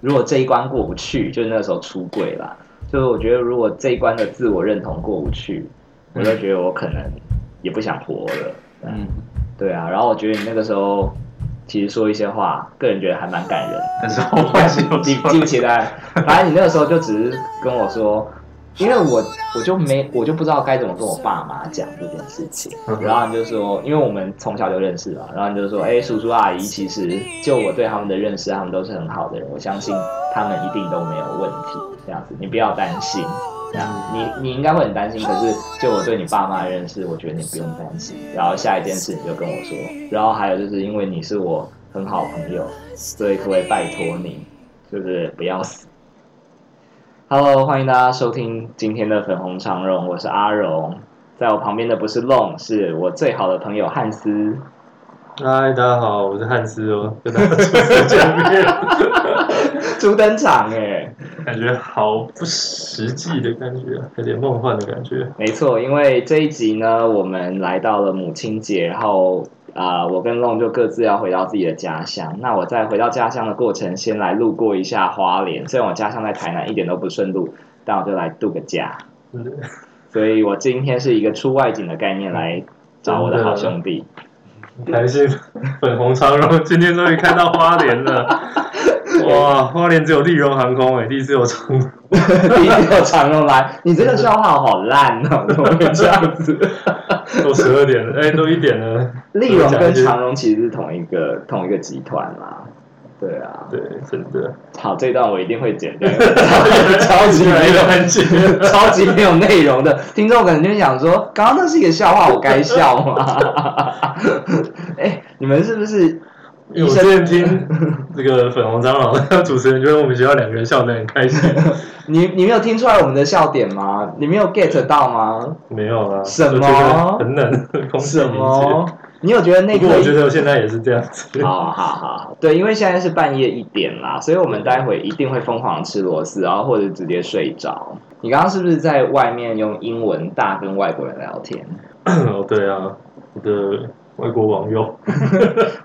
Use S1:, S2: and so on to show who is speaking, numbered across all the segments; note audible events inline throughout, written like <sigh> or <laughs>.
S1: 如果这一关过不去，就是那时候出柜啦。就是我觉得，如果这一关的自我认同过不去，我就觉得我可能也不想活了。
S2: 嗯，
S1: 对啊，然后我觉得你那个时候其实说一些话，个人觉得还蛮感人。
S2: 但是
S1: <laughs>
S2: 我还是有
S1: 记
S2: 说
S1: 记不起来，反正你那个时候就只是跟我说，因为我我就没我就不知道该怎么跟我爸妈讲这件事情，
S2: 嗯
S1: 然后你就说，因为我们从小就认识嘛，然后你就说，哎，叔叔阿姨其实就我对他们的认识，他们都是很好的人，我相信他们一定都没有问题，这样子你不要担心，这样你你应该会很担心，可是就我对你爸妈的认识，我觉得你不用担心。然后下一件事你就跟我说，然后还有就是因为你是我很好朋友，所以可不可以拜托你，就是不要死。Hello，欢迎大家收听今天的粉红长绒，我是阿荣，在我旁边的不是龙，是我最好的朋友汉斯。
S3: 嗨，大家好，我是汉斯哦，跟大家初次见面，
S1: 初登场哎、
S3: 感觉好不实际的感觉，有点梦幻的感觉。
S1: 没错，因为这一集呢，我们来到了母亲节，然后啊、呃我跟龙就各自要回到自己的家乡。那我在回到家乡的过程，先来路过一下花莲。虽然我家乡在台南，一点都不顺路，但我就来度个假。
S3: 嗯
S1: 所以我今天是一个出外景的概念来找我的好兄弟。
S3: 感谢粉红长荣，今天终于看到花莲了。哇，花莲只有丽荣航空哎、第一次有成，
S1: 第一次有长龙来， <laughs> 你这个笑话好烂哦，怎么会这样
S3: <laughs>
S1: 子？
S3: 都十二点了，哎、都一点了。
S1: 丽荣跟长荣其实是同一个同一个集团啦。对啊，
S3: 对，真的
S1: 好，这一段我一定会剪掉，超级没有
S3: <laughs> 安静。
S1: 超级没有内容的听众，可能就想说，刚刚那是一个笑话，我该笑吗？ <laughs> 哎、你们是不是
S3: 因为我之前听这个粉红蟑螂的主持人，觉得我们学校两个人笑得很开心。
S1: 你你没有听出来我们的笑点吗？你没有 get 到吗？
S3: 没有啦，
S1: 什么
S3: 我觉得很冷，空气
S1: 什
S3: 凝
S1: 么
S3: 结。？
S1: 你有觉得那
S3: 不过
S1: 个
S3: 我觉得我现在也是这样子。
S1: 好好好好，对，因为现在是半夜一点啦，所以我们待会一定会疯狂吃螺丝，然后或者直接睡着。你刚刚是不是在外面用英文大跟外国人聊天？
S3: <clears throat> 哦，对啊，我的外国网友，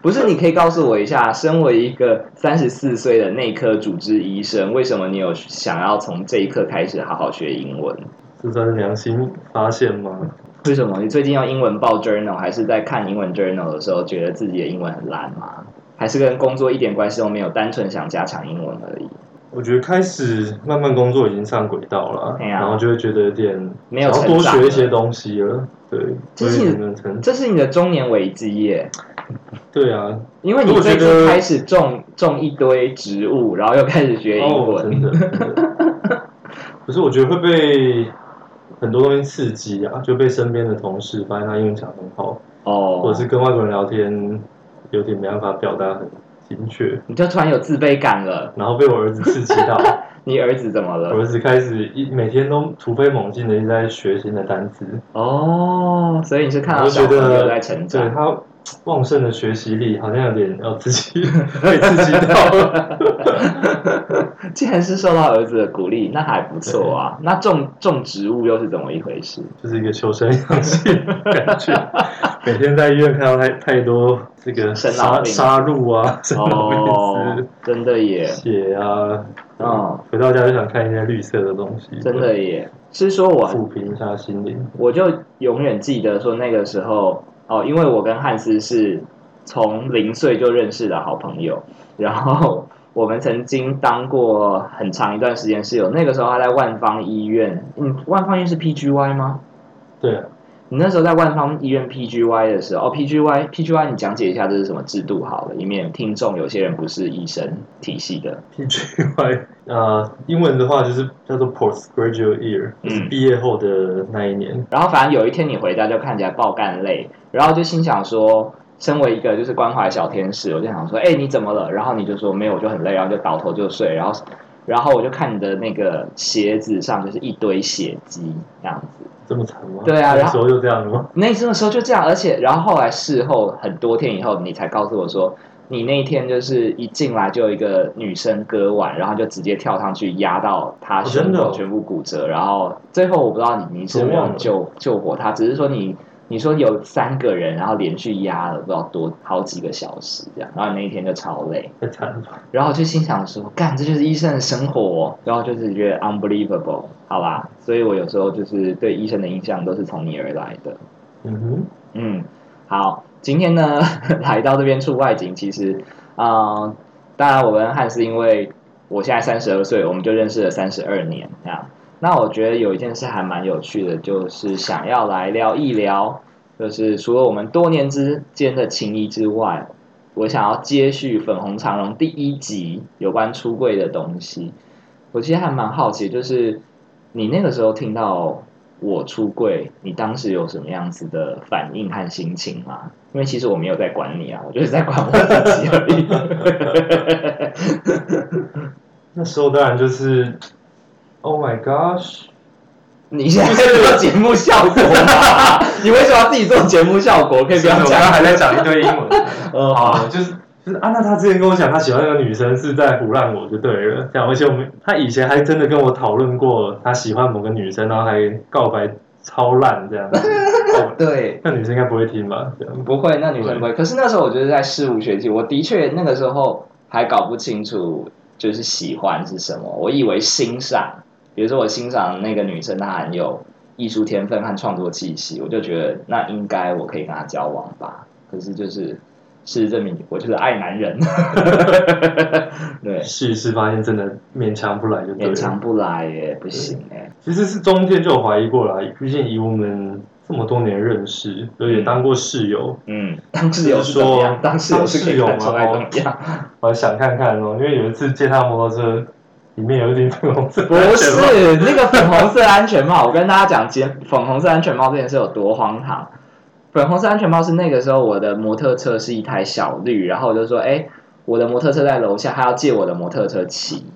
S1: 不是，你可以告诉我一下，身为一个三十四岁的内科主治医生，为什么你有想要从这一刻开始好好学英文？
S3: 这算是良心发现吗？
S1: 为什么你最近用英文报 journal，还是在看英文 journal 的时候觉得自己的英文很烂吗？还是跟工作一点关系都没有，单纯想加强英文而已，
S3: 我觉得开始慢慢工作已经上轨道了，
S1: 哎呀
S3: 然后就会觉得有点
S1: 没有
S3: 想
S1: 成
S3: 要
S1: 长
S3: 多学一些
S1: 了
S3: 东西了。对，
S1: 这
S3: 所
S1: 是
S3: 以你们成
S1: 这是你的中年危机耶，
S3: 对啊，
S1: 因为你
S3: 我觉
S1: 最
S3: 得
S1: 近开始种种一堆植物，然后又开始学英
S3: 哦，
S1: 文，
S3: 真的。真的
S1: <laughs>
S3: 可是我觉得会被很多东西刺激啊，就被身边的同事发现他英文讲得很好，
S1: 哦，
S3: 或者是跟外国人聊天有点没办法表达很精确，
S1: 你就突然有自卑感了。
S3: 然后被我儿子刺激到。
S1: 你儿子怎么了
S3: 我？儿子开始一每天都突飞猛进的一直在学新的单词，
S1: 哦，所以你是看到
S3: 我就
S1: 小
S3: 觉
S1: 朋友
S3: 得
S1: 在成
S3: 对
S1: 长，
S3: 他旺盛的学习力好像有点要
S1: <laughs>
S3: 自己 <laughs> 被刺激到了。
S1: <laughs> 既然是受到儿子的鼓励，那还不错啊。 <laughs> 那种种植物又是怎么一回
S3: <laughs>
S1: 事？
S3: 就是一个求生养性的感觉。每天在医院看到太太多这个
S1: 生老
S3: 杀
S1: 病
S3: 杀戮啊、生老病
S1: 哦
S3: 死、，
S1: 真的耶，
S3: 血啊，
S1: 嗯，
S3: 回到家就想看一些绿色的东西，
S1: 真的耶。是说我
S3: 抚平一下心灵。
S1: 我就永远记得说那个时候哦，因为我跟汉斯是从零岁就认识的好朋友，然后我们曾经当过很长一段时间室友。那个时候他在万方医院，嗯，万方医院是 PGY 吗？
S3: 对啊，
S1: 你那时候在万方医院 PGY 的时候，哦，PGY PGY，你讲解一下这是什么制度好了，以免听众有些人不是医生体系的。
S3: PGY，呃， <laughs> 英文的话就是叫做 postgraduate year，就是
S1: 嗯
S3: 毕业后的那一年。
S1: 然后反正有一天你回家就看起来爆干累，然后就心想说，身为一个就是关怀小天使，我就想说，哎、你怎么了？然后你就说没有，我就很累，然后就倒头就睡，然后然后我就看你的那个鞋子上就是一堆血迹这样子。
S3: 这么惨吗？
S1: 对啊
S3: 那
S1: 然后
S3: 时候就这样吗？
S1: 那时候就这样，而且然后后来事后很多天以后，你才告诉我说，你那一天就是一进来就有一个女生割腕，然后就直接跳上去压到她胸
S3: 哦真的
S1: 口
S3: 哦
S1: 全部骨折，然后最后我不知道你你是没有救救活她，只是说你你说有三个人，然后连续压了不知道多好几个小时这样，然后那一天就超累，
S3: 太惨了吧。
S1: 然后我就心想说，干，这就是医生的生活哦、然后就是觉得 unbelievable，好吧，所以我有时候就是对医生的印象都是从你而来的，
S3: 嗯哼，
S1: 嗯，好，今天呢 <laughs> 来到这边出外景，其实，呃，当然我跟汉斯因为我现在三十二岁，我们就认识了三十二年这样。那我觉得有一件事还蛮有趣的，就是想要来聊一聊，就是除了我们多年之间的情谊之外，我想要接续《粉红长龙》第一集有关出柜的东西。我其实还蛮好奇，就是你那个时候听到我出柜，你当时有什么样子的反应和心情吗？因为其实我没有在管你啊，我就是在管我自己而已。
S3: 那时候当然就是，Oh my gosh，
S1: <laughs> 你现在在做节目效果吗？ <laughs> 你为什么要自己做节目效果？可以不
S3: 我
S1: 要
S3: 刚
S1: 讲
S3: 刚还在讲一堆
S1: <laughs>
S3: 英文。
S1: 呃，好
S3: 啊，就是就是啊，那他之前跟我讲他喜欢那个女生是在胡乱我就对了，这样，而且我们他以前还真的跟我讨论过他喜欢某个女生，然后还告白超烂这
S1: <laughs>
S3: 样。哦
S1: 对，
S3: 那女生应该不会听吧？这样，
S1: 不会，那女生不会。可是那时候我就是在事务学期，我的确那个时候还搞不清楚就是喜欢是什么，我以为欣赏，比如说我欣赏那个女生她很有艺术天分和创作气息，我就觉得那应该我可以跟她交往吧。可是就是事实证明我就是爱男人， <laughs> 对，
S3: 试一试，发现真的勉强不来就对
S1: 勉
S3: 了。
S1: 强不来耶，不行哎，
S3: 其实是中间就有怀疑过了，毕竟以我们这么多年认识，就也当过室友，
S1: 嗯，当室友是怎么样？当室友啊哦是可以看出来怎么样？
S3: 我想看看哦，因为有一次借他摩托车，里面有一顶粉 <laughs> 红色，
S1: 不是那个粉红色安全帽，我跟大家讲，剪粉红色安全帽这件事有多荒唐。粉红色安全帽是那个时候我的摩托车是一台小绿，然后我就说，哎、我的摩托车在楼下，他要借我的摩托车骑。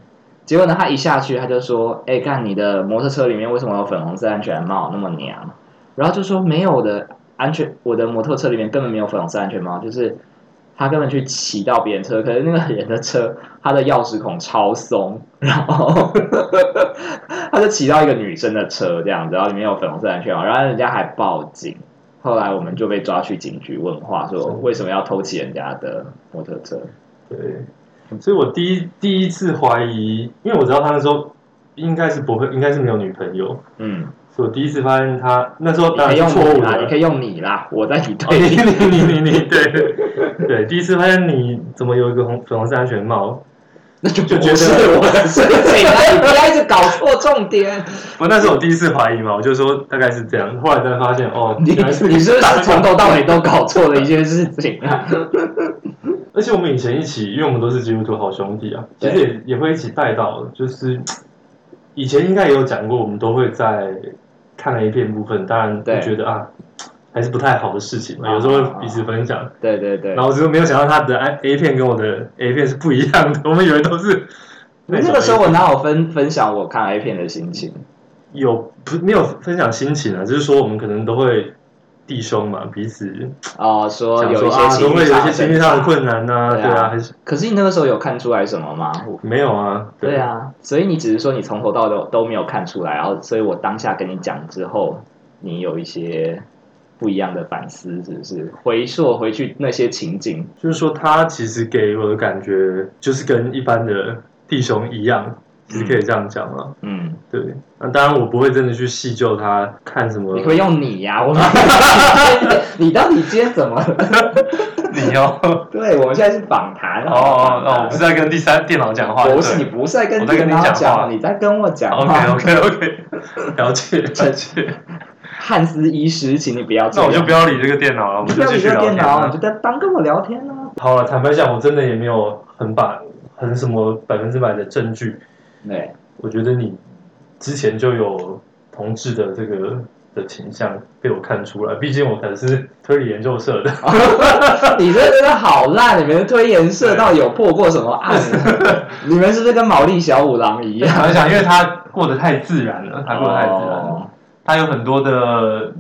S1: 结果呢，他一下去他就说，哎、看你的摩托车里面为什么有粉红色安全帽那么娘？然后就说没有我的安全，我的摩托车里面根本没有粉红色安全帽，就是他根本去骑到别人车，可是那个人的车他的钥匙孔超松，然后他就骑到一个女生的车这样子，然后里面有粉红色安全帽，然后人家还报警。后来我们就被抓去警局问话，说为什么要偷骑人家的摩托车？
S3: 对，所以我第一第一次怀疑，因为我知道他那时候应该是不会，应该是没有女朋友，
S1: 嗯，
S3: 所以我第一次发现他那时候
S1: 你
S3: 当
S1: 可以
S3: 然是
S1: 用
S3: 错误
S1: 你啦，你
S3: 的
S1: 可。以用你 <laughs> 啦，我在你
S3: 哦
S1: 对
S3: 你
S1: 面。
S3: <laughs> 你你你你对对，第一次发现你怎么有一个红粉红色安全帽，
S1: 那就
S3: 就觉
S1: 不
S3: 得
S1: 是我的事情啊！你不要一直搞错重点。
S3: 我哦那是我第一次怀疑嘛，我就说大概是这样，后来才发现哦，
S1: <laughs> 你
S3: 原来是
S1: 你是不是从头到尾都搞错了一件事情啊？
S3: 而且我们以前一起，因为我们都是基督徒好兄弟啊，其
S1: 对
S3: 实也也会一起拜到，就是以前应该也有讲过，我们都会在看了一片部分，当然
S1: 对
S3: 就觉得啊，还是不太好的事情嘛，
S1: 啊
S3: 有时候会彼此分享，
S1: <laughs> 对对对
S3: 然，后就没有想到他的 A A 片跟我的 A 片是不一样的，我们以为都是
S1: 那
S3: 种
S1: 个时候我哪有分分享我看 A 片的心情？
S3: 有不没有分享心情啊，就是说我们可能都会弟兄嘛，彼此
S1: 哦，说
S3: 想
S1: 有
S3: 说
S1: 一些
S3: 啊，都
S1: 情绪
S3: 会有一些
S1: 上
S3: 情绪上的困难呐、
S1: 对啊
S3: 对啊，还是
S1: 可是你那个时候有看出来什么吗？我
S3: 没有啊，
S1: 对啊，所以你只是说你从头到尾都都没有看出来，然后所以我当下跟你讲之后，你有一些不一样的反思，是不是？回溯回去那些情景，
S3: 就是说，他其实给我的感觉就是跟一般的弟兄一样，其实可以这样讲了。
S1: 嗯，
S3: 对，那当然我不会真的去细究他看什么
S1: 你会用你 <laughs> 呀、我们你到底今天怎么了？
S3: 你 <laughs> 哦哦
S1: <laughs> 对，我们现在是访谈哦
S3: 哦，哦我不是在跟第三电脑讲话，
S1: 不是你
S3: <laughs> 对哦
S1: 不是在跟
S3: 我在跟你
S1: 电脑
S3: 讲
S1: 讲
S3: 话
S1: 你在跟我讲
S3: <laughs>
S1: 话。
S3: OK OK OK，了 <laughs> 解了解。
S1: 汉斯医师，请你不要这
S3: <laughs> 那
S1: 样。
S3: 我就不要理这个电脑了，我
S1: 你
S3: 们
S1: 不
S3: 就
S1: 要
S3: 继
S1: 理
S3: 续
S1: 这个
S3: 聊
S1: 电
S3: 天
S1: 脑，你
S3: 啊。
S1: 就在当跟我聊天啊呢、
S3: 好了，坦白讲，我真的也没有很把很什么百分之百的证据。
S1: 对，
S3: 我觉得你之前就有同志的这个的倾向被我看出来，毕竟我可是推理研究社的。 <laughs>
S1: <laughs> 你这真的好烂！你们的推演社到底有破过什么案？你们是不是跟毛利小五郎一样？
S3: 我想，因为他过得太自然了，他过得太自然了，
S1: 哦
S3: 他有很多的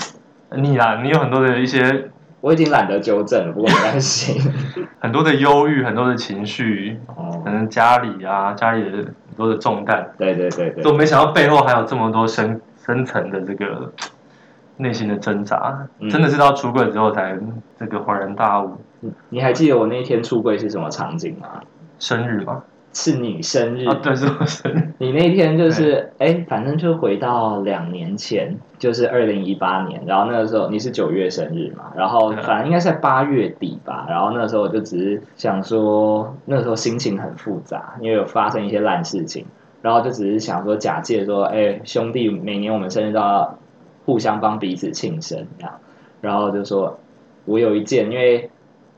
S3: 你啦，你有很多的一些
S1: 我已经懒得纠正了，不过没关系。
S3: 很多的忧郁，很多的情绪，
S1: <laughs> 哦
S3: 可，能家里啊，家里的很多的重担，
S1: 对对对对
S3: 都没想到背后还有这么多深深层的这个内心的挣扎，
S1: 嗯
S3: 真的是到出柜之后才这个恍然大悟。
S1: 你你还记得我那一天出柜是什么场景吗？
S3: 生日嘛，
S1: 是你生日，
S3: 啊，对，是
S1: <laughs>
S3: 我生日，
S1: 你那天就是哎、反正就回到两年前，就是二零一八年，然后那个时候你是九月生日嘛，然后
S3: 对
S1: 反正应该是在八月底吧，然后那时候我就只是想说，那时候心情很复杂，因为有发生一些烂事情，然后就只是想说假借说，哎、兄弟，每年我们生日都要互相帮彼此庆生这样，然后就说我有一件，因为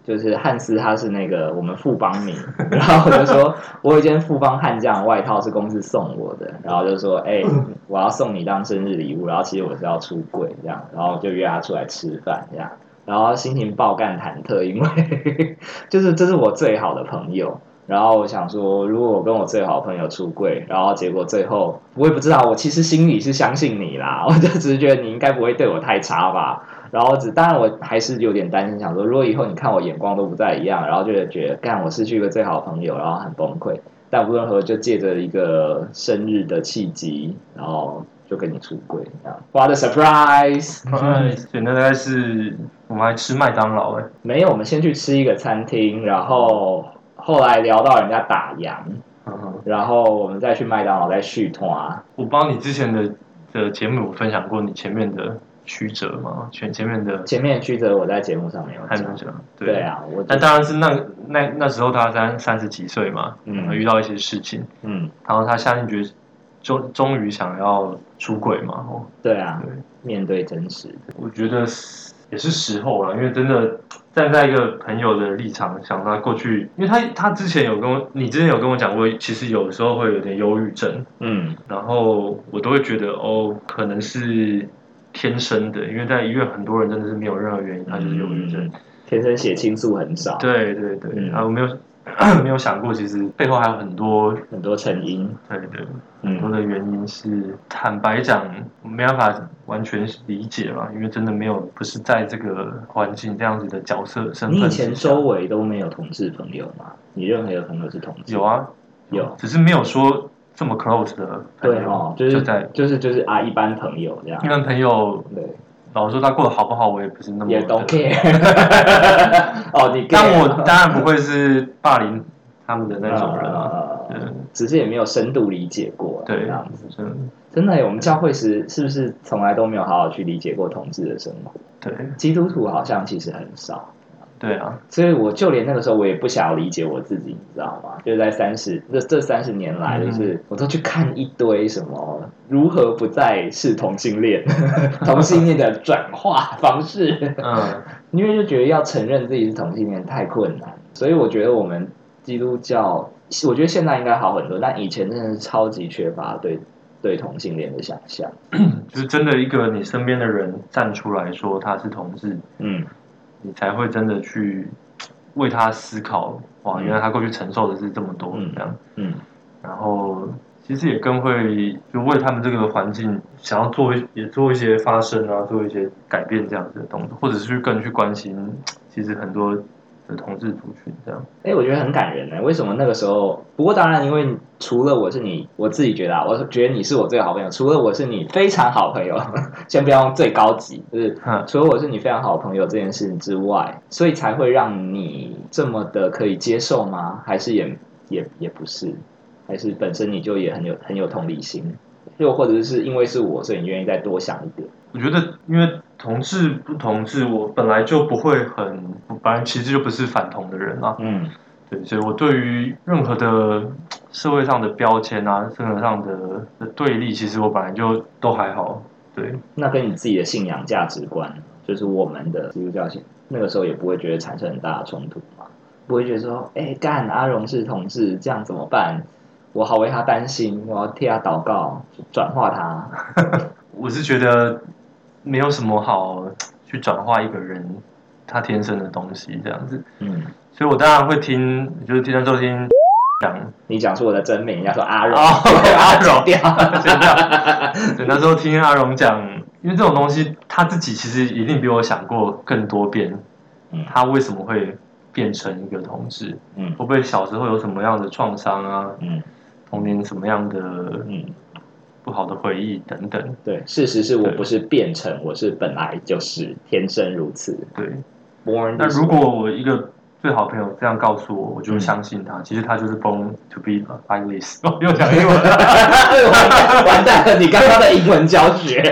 S1: 就是汉斯他是那个我们富邦迷，然后我就说我有一件富邦悍将的外套是公司送我的，然后就说哎、我要送你当生日礼物，然后其实我是要出柜这样，然后我就约他出来吃饭这样，然后心情爆干忐忑， <laughs> 因为就是这是我最好的朋友。然后我想说，如果我跟我最好的朋友出柜，然后结果最后我也不知道，我其实心里是相信你啦， <laughs> 我就只是觉得你应该不会对我太差吧，然后只当然我还是有点担心，想说如果以后你看我眼光都不再一样，然后就会觉得干我失去一个最好的朋友，然后很崩溃。但无论如何，就借着一个生日的契机，然后就跟你出轨，这样。What a surprise！
S3: 对，那大概是我们还吃麦当劳哎，
S1: 没有，我们先去吃一个餐厅，然后后来聊到人家打烊，
S3: 嗯，
S1: 然后我们再去麦当劳再续团。啊
S3: 我不知道你之前的的节目有分享过你前面的曲折吗？前前面的
S1: 前面的曲折我在节目上没有
S3: 还没有
S1: 讲。
S3: 讲，
S1: 对。啊，我
S3: 那当然是那那那时候他三三十几岁嘛，
S1: 嗯
S3: 嗯，遇到一些事情，
S1: 嗯，
S3: 然后他下定决心，终终于想要出轨嘛，哦，
S1: 对啊，
S3: 对
S1: 面对真实，
S3: 我觉得是也是时候了，因为真的站在一个朋友的立场想，他过去，因为他他之前有跟我，你之前有跟我讲过，其实有时候会有点忧郁症，
S1: 嗯
S3: 然后我都会觉得哦，可能是天生的，因为在医院很多人真的是没有任何原因，他就是忧郁症。
S1: 嗯天生血清素很少，
S3: 对对对，
S1: 嗯
S3: 啊，我没有 <coughs> 没有想过，其实背后还有很多，
S1: 很多成因，
S3: 对对，很多
S1: 嗯
S3: 的原因是，坦白讲，我没办法完全理解啦，因为真的没有不是在这个环境这样子的角色身份之
S1: 你
S3: 下。
S1: 以前周围都没有同志朋友吗？你任何一个朋友是同志？
S3: 有，啊，
S1: 有，
S3: 只是没有说这么 close 的朋
S1: 对
S3: 友，
S1: 哦，就
S3: 就是在
S1: 就是就是啊，一般朋友这
S3: 一
S1: 样，
S3: 般朋友，
S1: 对，
S3: 老实说他过得好不好，我也不是那么
S1: 也
S3: 的
S1: don't care。哦，你 care <laughs>
S3: 但我当然不会是霸凌他们的那种人啊，
S1: 呃
S3: 对
S1: 只是也没有深度理解过啦，这
S3: 对
S1: 样子，
S3: 嗯，
S1: 真的耶，我们教会时是不是从来都没有好好去理解过同志的生活？
S3: 对
S1: 基督徒好像其实很少，
S3: 对啊，
S1: 所以我就连那个时候我也不想要理解我自己，你知道吗？就是在三十这这三十年来，
S3: 嗯
S1: 就是我都去看一堆什么如何不再是同性恋、同性恋的转化方式，
S3: 嗯，
S1: 因为就觉得要承认自己是同性恋太困难，所以我觉得我们基督教，我觉得现在应该好很多，但以前真的是超级缺乏对对同性恋的想象。
S3: 就是真的一个你身边的人站出来说他是同志，
S1: 嗯，
S3: 你才会真的去为他思考。哇，
S1: 嗯
S3: 原来他过去承受的是这么多
S1: 嗯
S3: 这样，
S1: 嗯
S3: 然后其实也更会就为他们这个环境想要做一也做一些发声啊，做一些改变这样子的动作，或者是去更去关心其实很多的同志族群这样。
S1: 哎、我觉得很感人呢。为什么那个时候？不过当然，因为除了我是你，我自己觉得啊，我觉得你是我最好朋友。除了我是你非常好朋友， <laughs> 先不要用最高级，就是
S3: 嗯
S1: 除了我是你非常好朋友这件事之外，所以才会让你这么的可以接受吗？还是也也也不是？还是本身你就也很有很有同理心？又或者是因为是我，所以你愿意再多想一点？
S3: 我觉得，因为同志不同志，我本来就不会很，我本来其实就不是反同的人啊。
S1: 嗯
S3: 对，所以我对于任何的社会上的标签啊，社会上的的对立，其实我本来就都还好。对，
S1: 那跟你自己的信仰价值观，就是我们的基督教信，那个时候也不会觉得产生很大的冲突嘛，不会觉得说，哎、干阿荣是同志，这样怎么办？我好为他担心，我要替他祷告，转化他。
S3: 我是觉得没有什么好去转化一个人他天生的东西这样子，
S1: 嗯，
S3: 所以我当然会听，就是听到收听讲
S1: 你讲出我的真名，人家说阿荣， <laughs>
S3: 哦阿荣
S1: 剪
S3: 剪 <laughs>
S1: 掉，
S3: 对，那时候听阿荣讲，因为这种东西他自己其实一定比我想过更多遍
S1: 嗯，
S3: 他为什么会变成一个同志？
S1: 嗯
S3: 会不会小时候有什么样的创伤啊？
S1: 嗯
S3: 童年什么样的
S1: 嗯
S3: 不好的回忆等等。
S1: 对，事实是我
S3: 对
S1: 不是变成，我是本来就是天生如此。
S3: 对，
S1: Born
S3: 那
S1: this
S3: 如
S1: way
S3: 果我一个最好朋友这样告诉我，我就相信他。其实他就是 born to be a list。我又讲英文了。
S1: 完蛋 <laughs> 完蛋了，你刚刚的英文教
S3: <laughs>
S1: 学，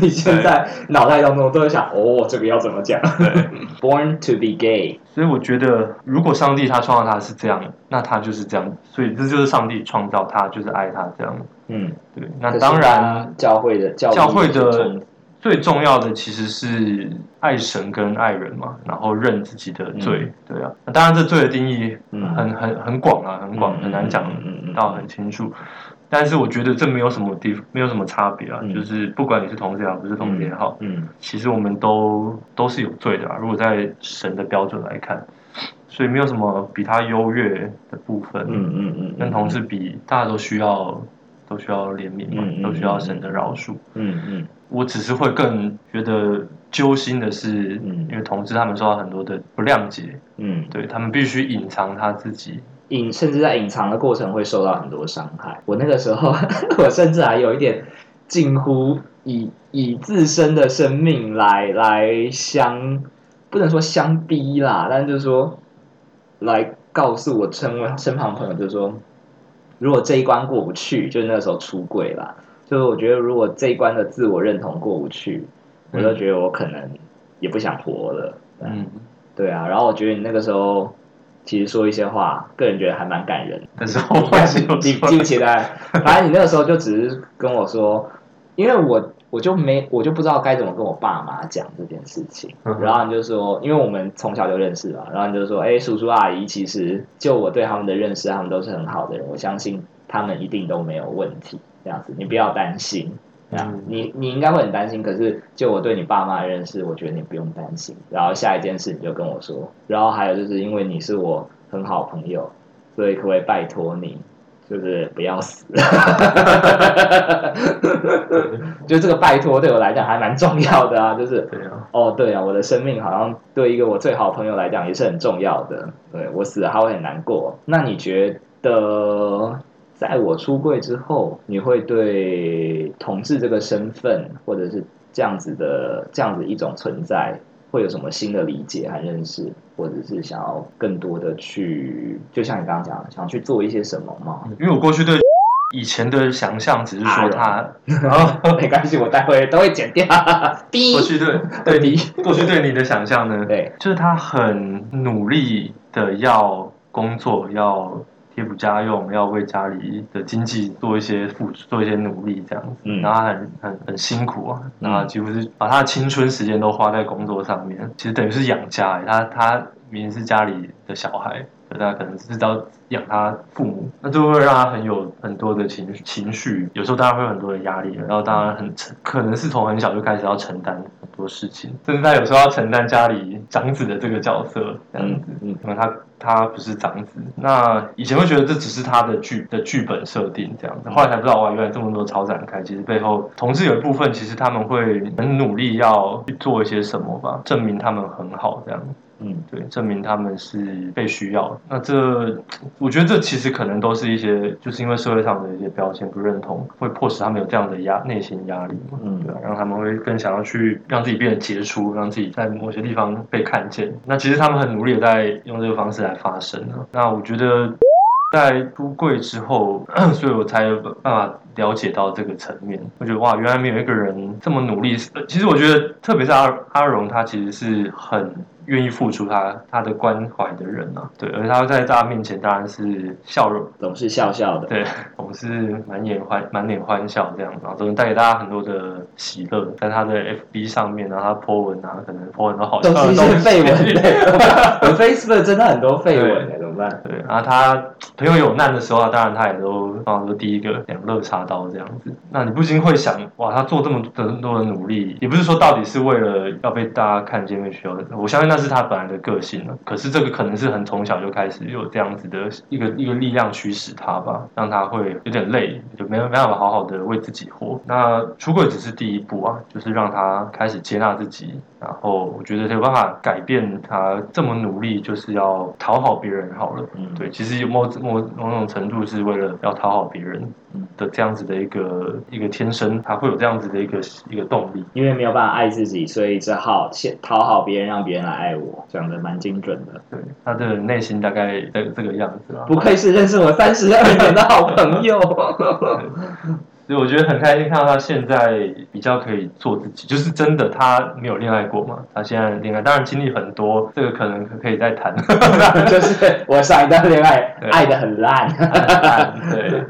S1: 你现在脑袋当中都在想，哦，这个要怎么讲
S3: 对，
S1: <laughs> ？Born to be gay，
S3: 所以我觉得，如果上帝他创造他是这样，那他就是这样。所以这就是上帝创造他，就是爱他这样。
S1: 嗯，
S3: 对，那当然，，啊
S1: 教会的教义
S3: 教会的
S1: 是冲
S3: 最重要的其实是爱神跟爱人嘛，然后认自己的罪。对啊，那当然这罪的定义
S1: 嗯
S3: 很很很广啊，很广，
S1: 嗯
S3: 很难讲
S1: 嗯嗯嗯
S3: 到很清楚。但是我觉得这没有什么地，没有什么差别啊，
S1: 嗯
S3: 就是不管你是同性也好，不是同性也好，
S1: 嗯
S3: 其实我们都都是有罪的啊。如果在神的标准来看，所以没有什么比他优越的部分。
S1: 嗯嗯嗯嗯，
S3: 跟同事比，大家都需要都需要怜悯嘛，
S1: 嗯嗯
S3: 都需要神的饶恕。
S1: 嗯嗯
S3: 我只是会更觉得揪心的是，
S1: 嗯
S3: 因为同志他们受到很多的不谅解，
S1: 嗯，
S3: 对他们必须隐藏他自己。
S1: 隐甚至在隐藏的过程会受到很多伤害。我那个时候， <laughs> 我甚至还有一点近乎以以自身的生命来来相，不能说相逼啦，但就是说来告诉我身身旁朋友，就是说，如果这一关过不去，就是那时候出柜啦，就是我觉得如果这一关的自我认同过不去，我就觉得我可能也不想活了。对
S3: 嗯，
S1: 对啊，然后我觉得你那个时候其实说一些话，个人觉得还蛮感人的。
S3: 但是我还是有
S1: 记
S3: 错
S1: 记不起来，反正你那个时候就只是跟我说，因为我我就没我就不知道该怎么跟我爸妈讲这件事情，
S3: 嗯哼
S1: 然后你就说，因为我们从小就认识嘛，然后你就说，哎，叔叔阿姨，其实就我对他们的认识，他们都是很好的人，我相信他们一定都没有问题，这样子你不要担心。这样
S3: 嗯
S1: 啊你你应该会很担心，可是就我对你爸妈的认识，我觉得你不用担心。然后下一件事你就跟我说，然后还有就是因为你是我很好朋友，所以可不可以拜托你，就是不要死？就这个拜托对我来讲还蛮重要的啊，就是
S3: 对啊，
S1: 哦，对啊，我的生命好像对一个我最好的朋友来讲也是很重要的。对我死了他会很难过。那你觉得，在我出柜之后，你会对同志这个身份，或者是这样子的这样子一种存在，会有什么新的理解和认识，或者是想要更多的去，就像你刚刚讲的，想去做一些什么吗？
S3: 因为我过去对以前的想象只是说他，啊，
S1: 没关系，我待会都会剪掉。第一
S3: 过，去对对
S1: <laughs> 第一，
S3: 过去对你的想象呢，
S1: 对，
S3: 就是他很努力的要工作，要贴补家用，要为家里的经济做一些付出，做一些努力这样子。
S1: 嗯
S3: 然后他很很很辛苦啊，
S1: 嗯
S3: 然后几乎是把他的青春时间都花在工作上面，其实等于是养家、欸。他他明明是家里的小孩。可他可能是要养他父母，那就会让他很有很多的情绪情绪，有时候当然会有很多的压力，然后当然很承，可能是从很小就开始要承担很多事情，甚至他有时候要承担家里长子的这个角色，这样子
S1: 嗯。嗯
S3: 那他他不是长子，那以前会觉得这只是他的剧的剧本设定这样子，后来才知道哇，原来这么多超展开，其实背后同志有一部分其实他们会很努力要去做一些什么吧，证明他们很好这样，
S1: 嗯
S3: 对，证明他们是被需要的。那这我觉得这其实可能都是一些，就是因为社会上的一些标签不认同，会迫使他们有这样的压内心压力嘛。
S1: 嗯
S3: 对啊，让他们会更想要去让自己变得杰出，让自己在某些地方被看见。那其实他们很努力的在用这个方式来发声啊。那我觉得在出柜之后， <clears throat> 所以我才有办法了解到这个层面。我觉得哇，原来没有一个人这么努力。呃其实我觉得，特别是阿阿荣，他其实是很。愿意付出他他的关怀的人啊，对，而他在大家面前当然是笑容
S1: 总是笑笑的。
S3: 对， <laughs> 总是满眼欢满脸欢笑这样，然后总是带给大家很多的喜乐。在他的 FB 上面啊，他 po 文啊，可能 po 很多好笑
S1: 都
S3: 的
S1: 是一
S3: 东西
S1: 些绯闻
S3: <laughs>
S1: 的。我 Facebook 真的很多绯闻的，怎么办？
S3: 对，然后他朋友有难的时候啊，当然他也都放说第一个两肋插刀这样子。那你不禁会想，哇，他做这么多多的努力，也不是说到底是为了要被大家看见、被需要的。我相信那是他本来的个性了。可是这个可能是很从小就开始有这样子的一个一个力量驱使他吧，让他会有点累，就没有没办法好好的为自己活。那出柜只是第一步啊，就是让他开始接纳自己，然后我觉得有办法改变他这么努力，就是要讨好别人好了。
S1: 嗯
S3: 对，其实有某某某种程度是为了要讨好别人
S1: 嗯
S3: 的这样子的一个一个天生，他会有这样子的一个一个动力。
S1: 因为没有办法爱自己，所以只好先讨好别人，让别人来爱我，讲的蛮精准的。
S3: 对，他的内心大概这这个样子啊。
S1: 不愧是认识我三十二年的好朋
S3: <laughs>
S1: 友。
S3: 所以我觉得很开心看到他现在比较可以做自己，就是真的他没有恋爱过嘛，他现在恋爱当然经历很多，这个可能可以再谈。 <laughs>
S1: 就是我上一段恋爱
S3: 对
S1: 爱的很烂，
S3: 对，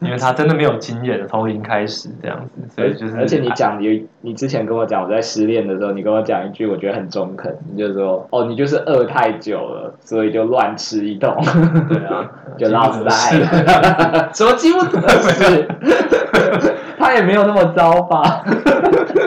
S3: 因为他真的没有经验，从零开始这样子，所以就是
S1: 而且你讲你你之前跟我讲我在失恋的时候，你跟我讲一句我觉得很中肯，你就说哦你就是饿太久了，所以就乱吃一通，
S3: 对啊，
S1: <laughs> 就拉死
S3: 是
S1: 爱， <laughs> 什么几乎都 <laughs> 是，他也没有那么糟吧。 <laughs>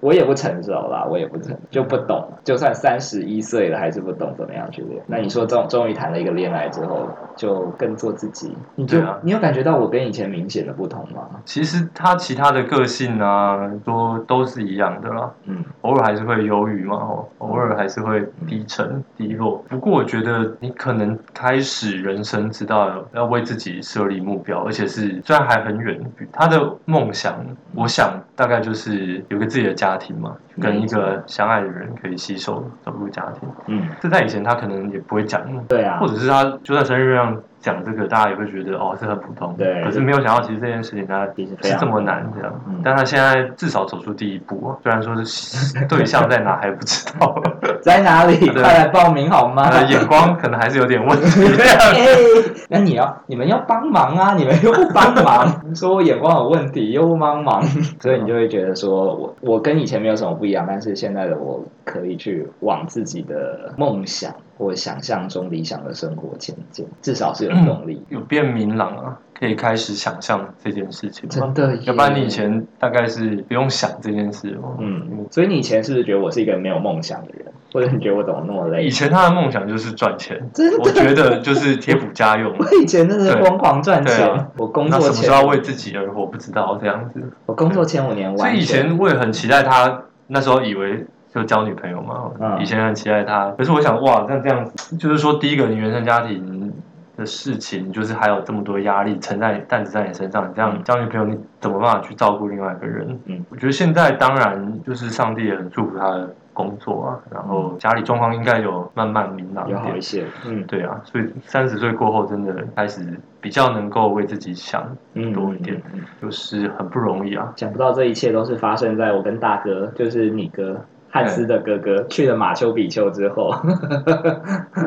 S1: 我也不成熟啦，我也不成，就不懂。就算三十一岁了，还是不懂怎么样去恋。那你说终终于谈了一个恋爱之后，就更做自己，你就、
S3: 对啊
S1: 你有感觉到我跟以前明显的不同吗？
S3: 其实他其他的个性啊，都都是一样的啦，
S1: 嗯，
S3: 偶尔还是会忧郁嘛，哦，偶尔还是会低沉低落。不过我觉得你可能开始人生知道要为自己设立目标，而且是虽然还很远，他的梦想，我想大概就是有个自己的家庭嘛，跟一个相爱的人可以携手走入家庭。
S1: 嗯，
S3: 这在以前他可能也不会讲，
S1: 对啊
S3: 或，者是他就算生日会上讲这个，大家也会觉得哦是很普通，
S1: 对
S3: 可是没有想到，其实这件事情他
S1: 其实非
S3: 是
S1: 常
S3: 这么难这样，
S1: 嗯
S3: 但他现在至少走出第一步啊，虽然说是对象在哪还不知
S1: <laughs>
S3: 道，
S1: 在哪里？
S3: 对
S1: 快来报名好吗？
S3: 他的眼光可能还是有点问题。
S1: <laughs> 哎那你要你们要帮忙啊！你们又不帮忙， <laughs> 你说我眼光有问题，又不帮忙， <laughs> 所以你就会觉得说我我跟以前没有什么不一样，但是现在的我可以去往自己的梦想或想象中理想的生活前进，至少是有动力。
S3: 有变明朗啊，可以开始想象这件事情
S1: 嗯真
S3: 吗？
S1: 的耶，
S3: 要不然你以前大概是不用想这件事哦。
S1: 嗯，所以你以前是不是觉得我是一个没有梦想的人，或者你觉得我怎么那么累
S3: 以？前他的梦想就是赚钱，
S1: 真的
S3: 我觉得就是贴补
S1: <laughs>
S3: 家用。
S1: 我以前真的是疯狂赚
S3: 对
S1: 钱
S3: 啊，
S1: 我工
S3: 那
S1: 作
S3: 什么时
S1: 前
S3: 候要为自己而活？不知道这样子。
S1: 我工作前五年完
S3: 所
S1: 全，
S3: 以以前我也很期待他，那时候以为就交女朋友嘛，
S1: 嗯
S3: 以前很期待他。可是我想，哇，像这样子，就是说，第一个你原生家庭的事情，就是还有这么多压力承在担子在你身上，你这样
S1: 嗯
S3: 交女朋友，你怎么办法去照顾另外一个人？
S1: 嗯，
S3: 我觉得现在当然就是上帝也很祝福他的工作啊，然后家里状况应该有慢慢明朗一
S1: 嗯有好一
S3: 点。
S1: 些，嗯
S3: 对啊，所以三十岁过后，真的开始比较能够为自己想，
S1: 嗯，
S3: 多一点
S1: 嗯。嗯
S3: 就是很不容易啊。
S1: 想不到这一切都是发生在我跟大哥，就是你哥汉斯的哥
S3: 嗯
S1: 哥去了马丘比丘之
S3: <laughs>
S1: 后，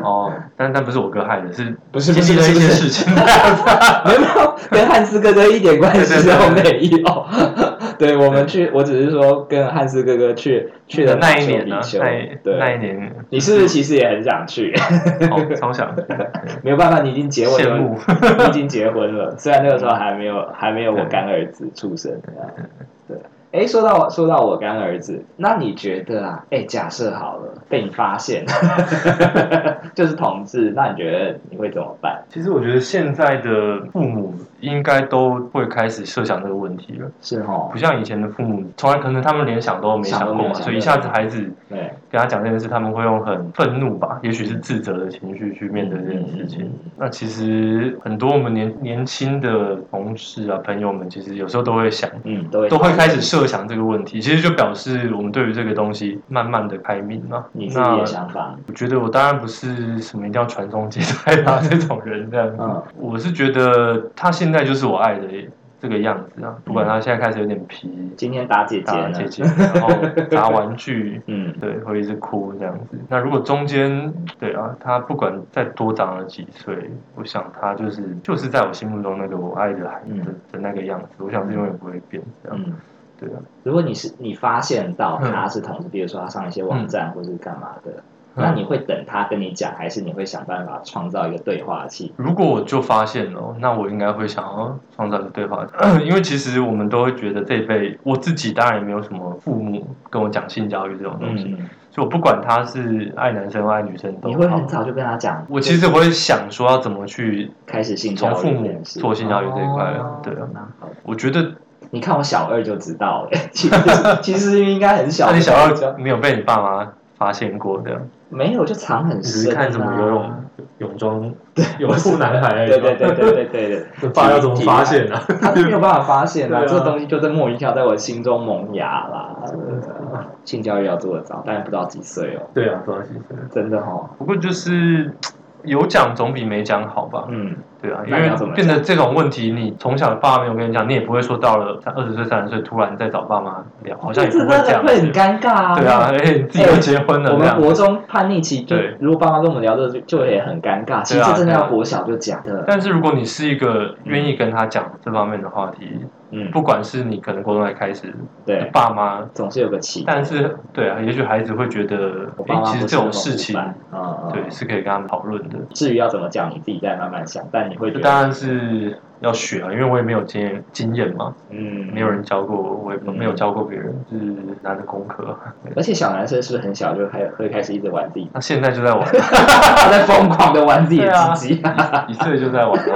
S3: 哦，但但不是我哥害的，是
S1: 不是
S3: 经历了一些事
S1: 情，
S3: 情。
S1: 没有跟汉斯哥哥一点关系都
S3: 对
S1: 没有。对，我们去，我只是说跟汉斯哥哥去 <laughs> 去了
S3: 嗯那
S1: 马
S3: 一
S1: 丘
S3: 年
S1: 比
S3: 呢？
S1: 丘
S3: 那一，那
S1: 对。
S3: 一年，
S1: 你是不是其实也很想去？ <laughs>
S3: 哦，超想去，对
S1: 没有办法，你已经结婚
S3: 羡
S1: 了，
S3: 慕。
S1: 你已经结婚了， <laughs> 虽然那个时候还没有还没有我干儿子出生。对，哎，说到说到我干儿子，那你觉得啊？哎，假设好了，被你发现 <laughs> 就是同志，那你觉得你会怎么办？
S3: 其实我觉得现在的父母应该都会开始设想这个问题了，
S1: 是哦
S3: 不，像以前的父母，从来可能他们连想都没想
S1: 想都
S3: 过
S1: 没
S3: 嘛，
S1: 想
S3: 所以一下子孩子
S1: 对，
S3: 跟他讲这件事，他们会用很愤怒吧，也许是自责的情绪去面对这件事情。
S1: 嗯
S3: 那其实很多我们年年轻的同事啊、朋友们，其实有时候都会想，
S1: 嗯，都会
S3: 都会开始。设想这个问题，其实就表示我们对于这个东西慢慢的开明了。
S1: 你自
S3: 那
S1: 己的想法，
S3: 我觉得我当然不是什么一定要传宗接代啊这种人这样子，
S1: 嗯
S3: 我是觉得他现在就是我爱的这个样子啊，不管他现在开始有点皮，
S1: 今天打姐姐
S3: 打
S1: 呢？。
S3: 姐姐，然后打玩具
S1: 嗯，
S3: 对，会一直哭这样子。那如果中间，对啊，他不管再多长了几岁，我想他就是就是在我心目中那个我爱的孩子
S1: 嗯
S3: 的的那个样子，我想是永远不会变这样。
S1: 嗯。
S3: 对啊，
S1: 如果你是你发现到
S3: 嗯
S1: 他是同志，比如说他上一些网站或是干嘛的，
S3: 嗯
S1: 那你会等他跟你讲，还是你会想办法创造一个对话器？
S3: 如果我就发现了，那我应该会想要创造一个对话， <clears throat> 因为其实我们都会觉得这一辈，我自己当然也没有什么父母跟我讲性教育这种东西，
S1: 嗯，
S3: 所以我不管他是爱男生或爱女生都
S1: 你会
S3: 好
S1: 很，早就跟他讲，
S3: 我其实我会想说要怎么去
S1: 开始性教育
S3: 从父
S1: 这
S3: 母
S1: 件事
S3: 做性教育这一块，
S1: 哦
S3: 对啊，
S1: 蛮好的
S3: 我觉得
S1: 你看我小二就知道了，其实其实应该很小
S3: 那
S1: 的
S3: 你
S1: 时
S3: 小
S1: 候就，
S3: 二没有被你爸妈发现过这样？
S1: 没有就藏很
S3: 你
S1: 深、啊，
S3: 只是看什么游泳泳装泳裤男孩而已
S1: 对对对
S3: 吗。
S1: 对对对对，
S3: 你爸要怎么发现呢、啊？
S1: 他是没有办法发现啊，
S3: 对啊
S1: 这个东西就在莫名其妙在我心中萌芽啦。性教育要做得早，但也不知道几岁哦，
S3: <laughs> 对啊，不好意思。
S1: 真的哦，
S3: 不过就是有讲总比没讲好吧？
S1: 嗯，
S3: 对啊，因
S1: 那你要怎
S3: 为
S1: 么
S3: 变得这种问题，你从小爸妈没有跟你讲，你也不会说到了二十岁、三十岁突然再找爸妈聊，好像也不
S1: 这
S3: 会
S1: 真的
S3: 这样。
S1: 会很尴尬啊。
S3: 对啊，而且你自己都结婚了
S1: 哎我
S3: 这
S1: 们
S3: 样。
S1: 国中叛逆期，就
S3: 对
S1: 如果爸妈跟我们聊这个就就也很尴尬。其实
S3: 对啊
S1: 这真的
S3: 对
S1: 要
S3: 啊
S1: 国小就讲的，
S3: 但是如果你是一个愿意跟他讲这方面的话题，
S1: 嗯，
S3: 不管是你可能国中才开始，
S1: 对，
S3: 爸妈，
S1: 总是有个期待。
S3: 但是对啊，也许孩子会觉得
S1: 我，爸
S3: 哎，
S1: 妈
S3: 其
S1: 不是
S3: 实这
S1: 那
S3: 种
S1: 么
S3: 事情
S1: 古，板，嗯，
S3: 对，
S1: 嗯
S3: 是可以跟他们讨论的。
S1: 至于要怎么讲，你自己再慢慢想。但你会觉
S3: 这
S1: 得，
S3: 当然是要学啊，因为我也没有经验经验嘛，
S1: 嗯，
S3: 没有人教过我，我也
S1: 嗯
S3: 没有教过别人，是难的功课。啊
S1: 而且小男生是不是很小就开会开始一直玩自己，
S3: <laughs> 那现在就在玩，
S1: 他在疯狂的玩自己的鸡鸡、啊，
S3: 一岁就在玩 <laughs> 了，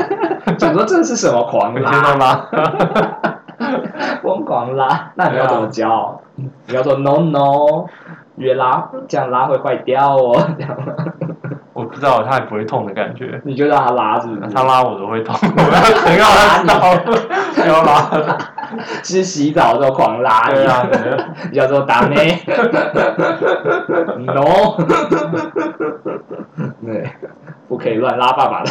S1: 想说这是什么狂
S3: 每天
S1: 拉，
S3: 都拉。
S1: <laughs> 疯狂拉，那你要怎么教？
S3: 啊
S1: 你要说 no no，越拉这样拉会坏掉哦， <laughs> 这样
S3: <laughs> 我不知道他也不会痛的感觉，
S1: 你就让他拉是不是？
S3: 他拉我都会痛， <laughs> 我要啊很好他知道，不要拉。
S1: 是洗澡的时候狂拉
S3: 对
S1: 你，
S3: <laughs> 啊，
S1: 你叫做打呢
S3: <laughs>
S1: no，对，不可以乱拉爸爸的，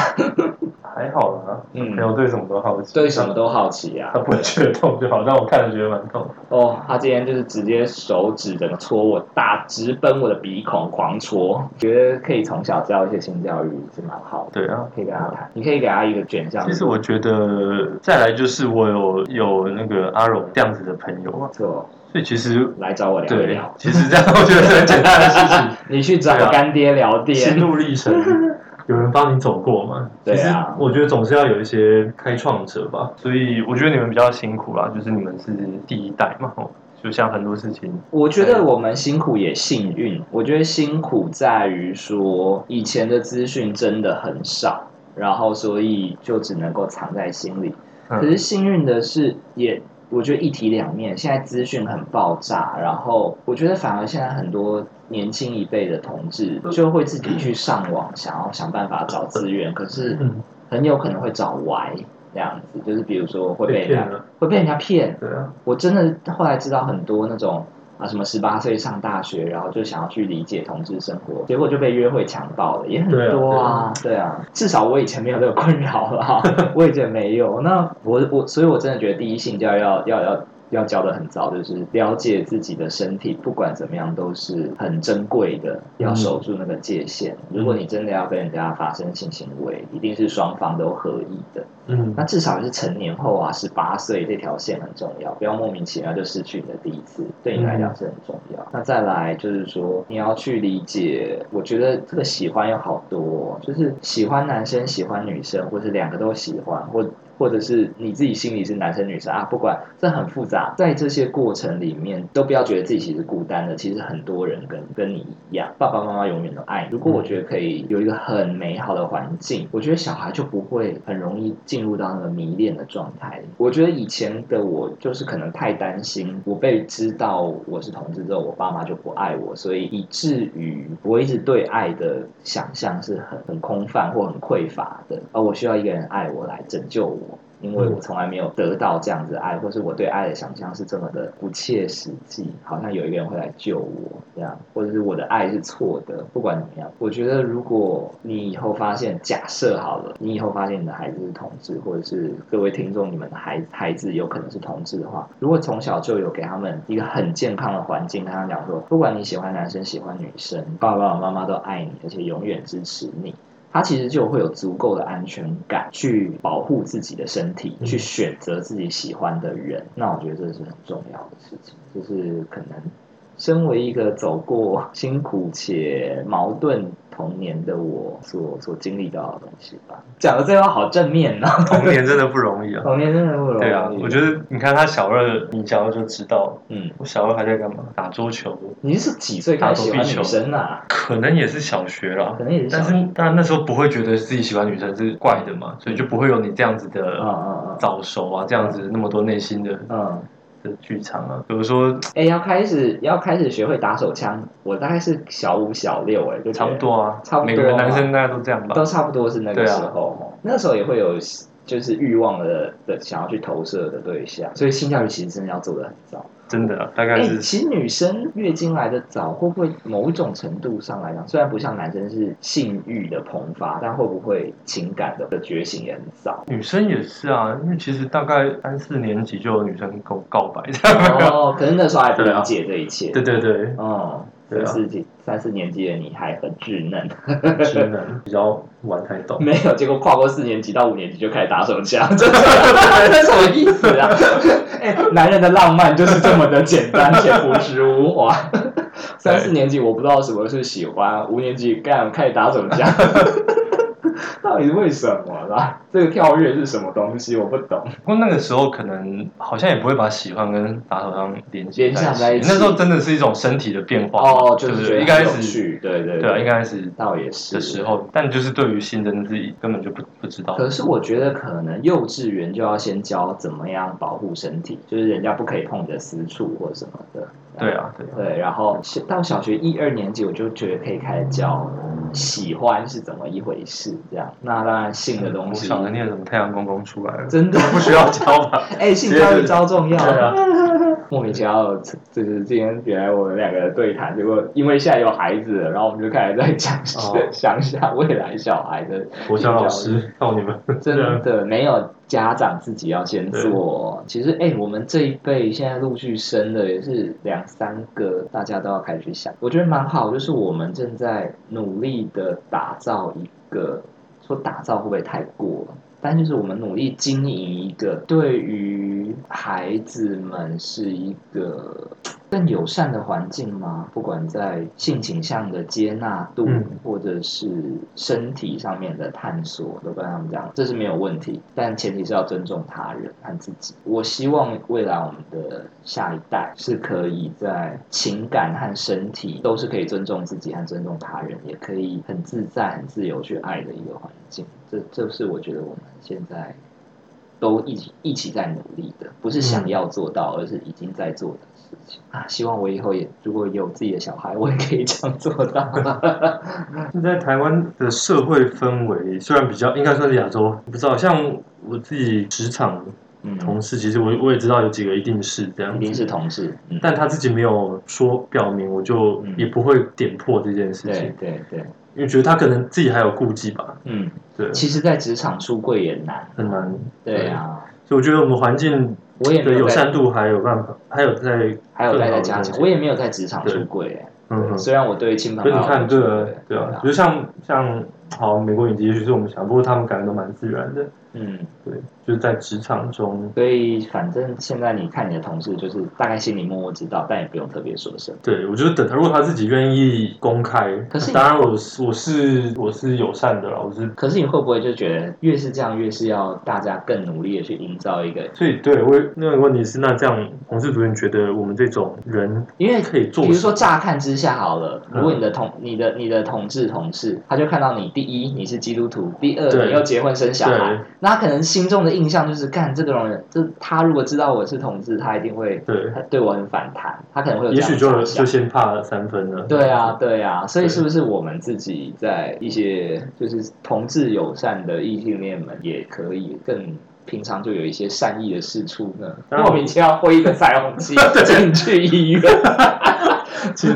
S3: 还好啦，
S1: 嗯
S3: 没，有对什么都好奇，
S1: 对什么都好奇啊
S3: 他。不会觉得痛就好，但我看了觉得蛮痛。
S1: 哦，他今天就是直接手指整个戳我，大直奔我的鼻孔狂戳，觉得可以从小教一些性教育是蛮好的，
S3: 对啊，
S1: 可以跟他谈，你可以给他一个选项，
S3: 其实我觉得再来就是我有有那个阿荣这样子的朋友啊，
S1: 错
S3: 所以其实
S1: 来找我聊一
S3: 对
S1: 聊，，
S3: 其实这样我觉得是 <laughs> 很简单的事
S1: <laughs> 你去找
S3: 对啊
S1: 干爹聊
S3: <laughs> 情，
S1: 天，
S3: 路历程。有人帮你走过嘛？
S1: <laughs> 对啊
S3: 其实我觉得总是要有一些开创者吧，所以我觉得你们比较辛苦啦，就是你们是第一代嘛，哦就像很多事情，
S1: 我觉得我们辛苦也幸运，我觉得辛苦在于说以前的资讯真的很少，然后所以就只能够藏在心里。
S3: 嗯
S1: 可是幸运的是也。我觉得一体两面，现在资讯很爆炸，然后我觉得反而现在很多年轻一辈的同志
S3: 嗯
S1: 就会自己去上网，想要想办法找资源，可是
S3: 嗯，
S1: 很有可能会找歪这样子，就是比如说会被人
S3: 被
S1: 家
S3: 骗了，
S1: 会被人家骗，
S3: 对啊，
S1: 我真的后来知道很多那种啊，什么十八岁上大学，然后就想要去理解同志生活，结果就被约会强暴了，也很多啊，对啊，至少我以前没有这个困扰啦， <laughs> 我以前没有。那我我，所以我真的觉得第一性教育要要要要教的很早，就是了解自己的身体，不管怎么样都是很珍贵的，要守住那个界限。如果你真的要跟人家发生性行为，一定是双方都合意的。 <laughs>
S3: 嗯
S1: 那至少是成年后啊，十八岁这条线很重要，不要莫名其妙就失去你的第一次，对你来讲是很重要。那再来就是说，你要去理解，我觉得这个喜欢有好多哦、就是喜欢男生、喜欢女生，或是两个都喜欢，或或者是你自己心里是男生女生啊，不管这很复杂，在这些过程里面，都不要觉得自己其实孤单的，其实很多人跟跟你一样，爸爸妈妈永远都爱你。如果我觉得可以有一个很美好的环境，我觉得小孩就不会很容易进入到那个迷恋的状态。我觉得以前的我就是可能太担心，我被知道我是同志之后，我爸妈就不爱我，所以以至于我一直对爱的想象是很很空泛或很匮乏的，而我需要一个人爱我来拯救我。因为我从来没有得到这样子的爱，或是我对爱的想象是这么的不切实际，好像有一个人会来救我这样，或者是我的爱是错的，不管怎么样，我觉得如果你以后发现，假设好了，你以后发现你的孩子是同志，或者是各位听众你们的孩孩子有可能是同志的话，如果从小就有给他们一个很健康的环境，跟他讲说，不管你喜欢男生喜欢女生，爸爸妈妈都爱你，而且永远支持你。他其实就会有足够的安全感去保护自己的身体，
S3: 嗯
S1: 去选择自己喜欢的人。那我觉得这是很重要的事情，就是可能身为一个走过辛苦且矛盾童年的我所所经历到的东西吧。讲的最后好正面哦，
S3: 童年真的不
S1: <laughs>
S3: 容易啊。
S1: 童年真的不容易。
S3: 对啊，我觉得你看他小二，你小二就知道，
S1: 嗯，
S3: 我小二还在干嘛？打桌球，
S1: 你是几岁开始喜欢女生啊？
S3: 可能也是小学啦
S1: 可。能也是小
S3: 但
S1: 学，
S3: 是但那时候不会觉得自己喜欢女生是怪的嘛，所以就不会有你这样子的
S1: 嗯嗯
S3: 早熟啊，这样子那么多内心的
S1: 嗯嗯。
S3: 的剧场啊。比如说
S1: 哎、要开始要开始学会打手枪，我大概是小五小六哎、就觉
S3: 差
S1: 得
S3: 不多啊，
S1: 差不多啊
S3: 每个人男生大概都这样吧
S1: 都。差不多是那个
S3: 对啊
S1: 时候，那时候也会有就是欲望的的想要去投射的对象，所以性教育其实真的要做的很早。
S3: 真的啊，大概
S1: 哎、
S3: 是？
S1: 其实女生月经来的早，会不会某种程度上来讲，虽然不像男生是性欲的膨发，但会不会情感的的觉醒也很早
S3: <laughs> 女生也是啊，因为其实大概三四年级就有女生跟我告
S1: <laughs>
S3: 白，
S1: 哦，可能那时候还不
S3: 对啊
S1: 理解这一切。
S3: 对对对，
S1: 哦，
S3: 对
S1: 三
S3: 啊
S1: 四几三四年级的你还很稚嫩。
S3: 真的比较玩太
S1: <laughs>
S3: 懂。
S1: 没有，结果跨过四年级到五年级就开始打手枪， <laughs> 这是这是什么意思啊？ <laughs> 哎、男人的浪漫就是这么的简单且朴实无华。 <laughs> 三四年级我不知道什么是喜欢，五年级干开始打手枪， <laughs> 到底是为什么啦？这个跳跃是什么东西？我不懂。
S3: <laughs> 不过那个时候可能好像也不会把喜欢跟打手枪联系
S1: 联想在一起
S3: 那时候真的是一种身体的变化，
S1: 哦，就
S3: 就是
S1: 觉得
S3: 一开
S1: 很有
S3: 始
S1: 趣，对对
S3: 对啊，一开始
S1: 倒也是
S3: 的时。候，但就是对于性真的是根本就不不知道。
S1: 可是我觉得可能幼稚园就要先教怎么样保护身体，就是人家不可以碰你的私处或什么的。
S3: 对啊，对啊，
S1: 对，然后小到小学一二年级，我就觉得可以开始教喜欢是怎么一回事，这样。那当然性的东
S3: 我
S1: 西，
S3: 小的念什么太阳公公出来了，
S1: 真的
S3: 不需要教吧？
S1: 哎、性教育超重要。
S3: 对啊，
S1: <laughs> 莫名其妙，就是今天原来我们两个对谈，结果因为现在有孩子了，然后我们就开始在讲、
S3: 哦
S1: <laughs> 想一下未来小孩的
S3: <laughs> 国小老师靠你们， <laughs> 啊
S1: 真的没有家长自己要先做。其实，哎、我们这一辈现在陆续生的也是两三个，大家都要开始去想。我觉得蛮好，就是我们正在努力的打造一个，说打造会不会太过了？但就是我们努力经营一个对于孩子们是一个更友善的环境吗？不管在性倾向的接纳度，
S3: 嗯
S1: 或者是身体上面的探索，都跟他们讲，这是没有问题，但前提是要尊重他人和自己。我希望未来我们的下一代是可以在情感和身体都是可以尊重自己和尊重他人，也可以很自在、很自由去爱的一个环境。这这是我觉得我们现在都一起一起在努力的，不是想要做到，而是已经在做的事情啊！希望我以后也如果有自己的小孩，我也可以这样做到。 <laughs>
S3: 啊现在台湾的社会氛围虽然比较，应该算是亚洲，不知道像我自己职场
S1: 嗯，
S3: 同事，其实我我也知道有几个一定是这样
S1: 一
S3: 子
S1: 定是同事，嗯，
S3: 但他自己没有说表明，我就
S1: 嗯
S3: 也不会点破这件事
S1: 对
S3: 情，
S1: 对对，
S3: 因为觉得他可能自己还有顾忌吧，
S1: 嗯，
S3: 对，
S1: 其实，在职场出柜也难，
S3: 很难。
S1: 对啊，
S3: 所以我觉得我们环境
S1: 我也
S3: 的
S1: 没有
S3: 友
S1: 在，
S3: 善度还有办法，还有在
S1: 还有待在家
S3: 更好的东
S1: 强，
S3: 西
S1: 我也没有在职场
S3: 对
S1: 出柜，哎
S3: 嗯
S1: 对
S3: 哼，
S1: 虽然我对亲朋
S3: 所以你
S1: 好友都
S3: 看这
S1: 出
S3: 个
S1: 柜，
S3: 对啊，比如像像好美国影集，也许是我们想，不过他们感觉都蛮自然的，
S1: 嗯，
S3: 对，就是在职场中，
S1: 所以反正现在你看你的同事，就是大概心里默默知道，但也不用特别说声。
S3: 对我觉得等他，如果他自己愿意公开，
S1: 可是你
S3: 当然我是我是我是友善的啦，我是
S1: 可是你会不会就觉得越是这样，越是要大家更努力的去营造一个？
S3: 所以对我那个问题是，那这样洪志主任觉得我们这种人
S1: 因为
S3: 可以做
S1: 比如
S3: 什
S1: 说，
S3: 么，
S1: 乍看之下好了，
S3: 嗯
S1: 如果你的同、你的你的同志同事，他就看到你，第一你是基督徒，第二
S3: 对
S1: 你又结婚生小孩，那他可能心中的印象就是，干这种人，就是他如果知道我是同志，他一定会
S3: 对
S1: 他对我很反弹，他可能会有
S3: 对，
S1: 这样的
S3: 也许就
S1: 想
S3: 就
S1: 象
S3: 先怕三分了。
S1: 对啊，，对啊，所以
S3: 对
S1: 是不是我们自己在一些就是同志友善的异性恋们，也可以更平常就有一些善意的事出呢？
S3: 当然
S1: 莫名其妙挥一个彩虹旗进去医
S3: <laughs>
S1: 院，
S3: 今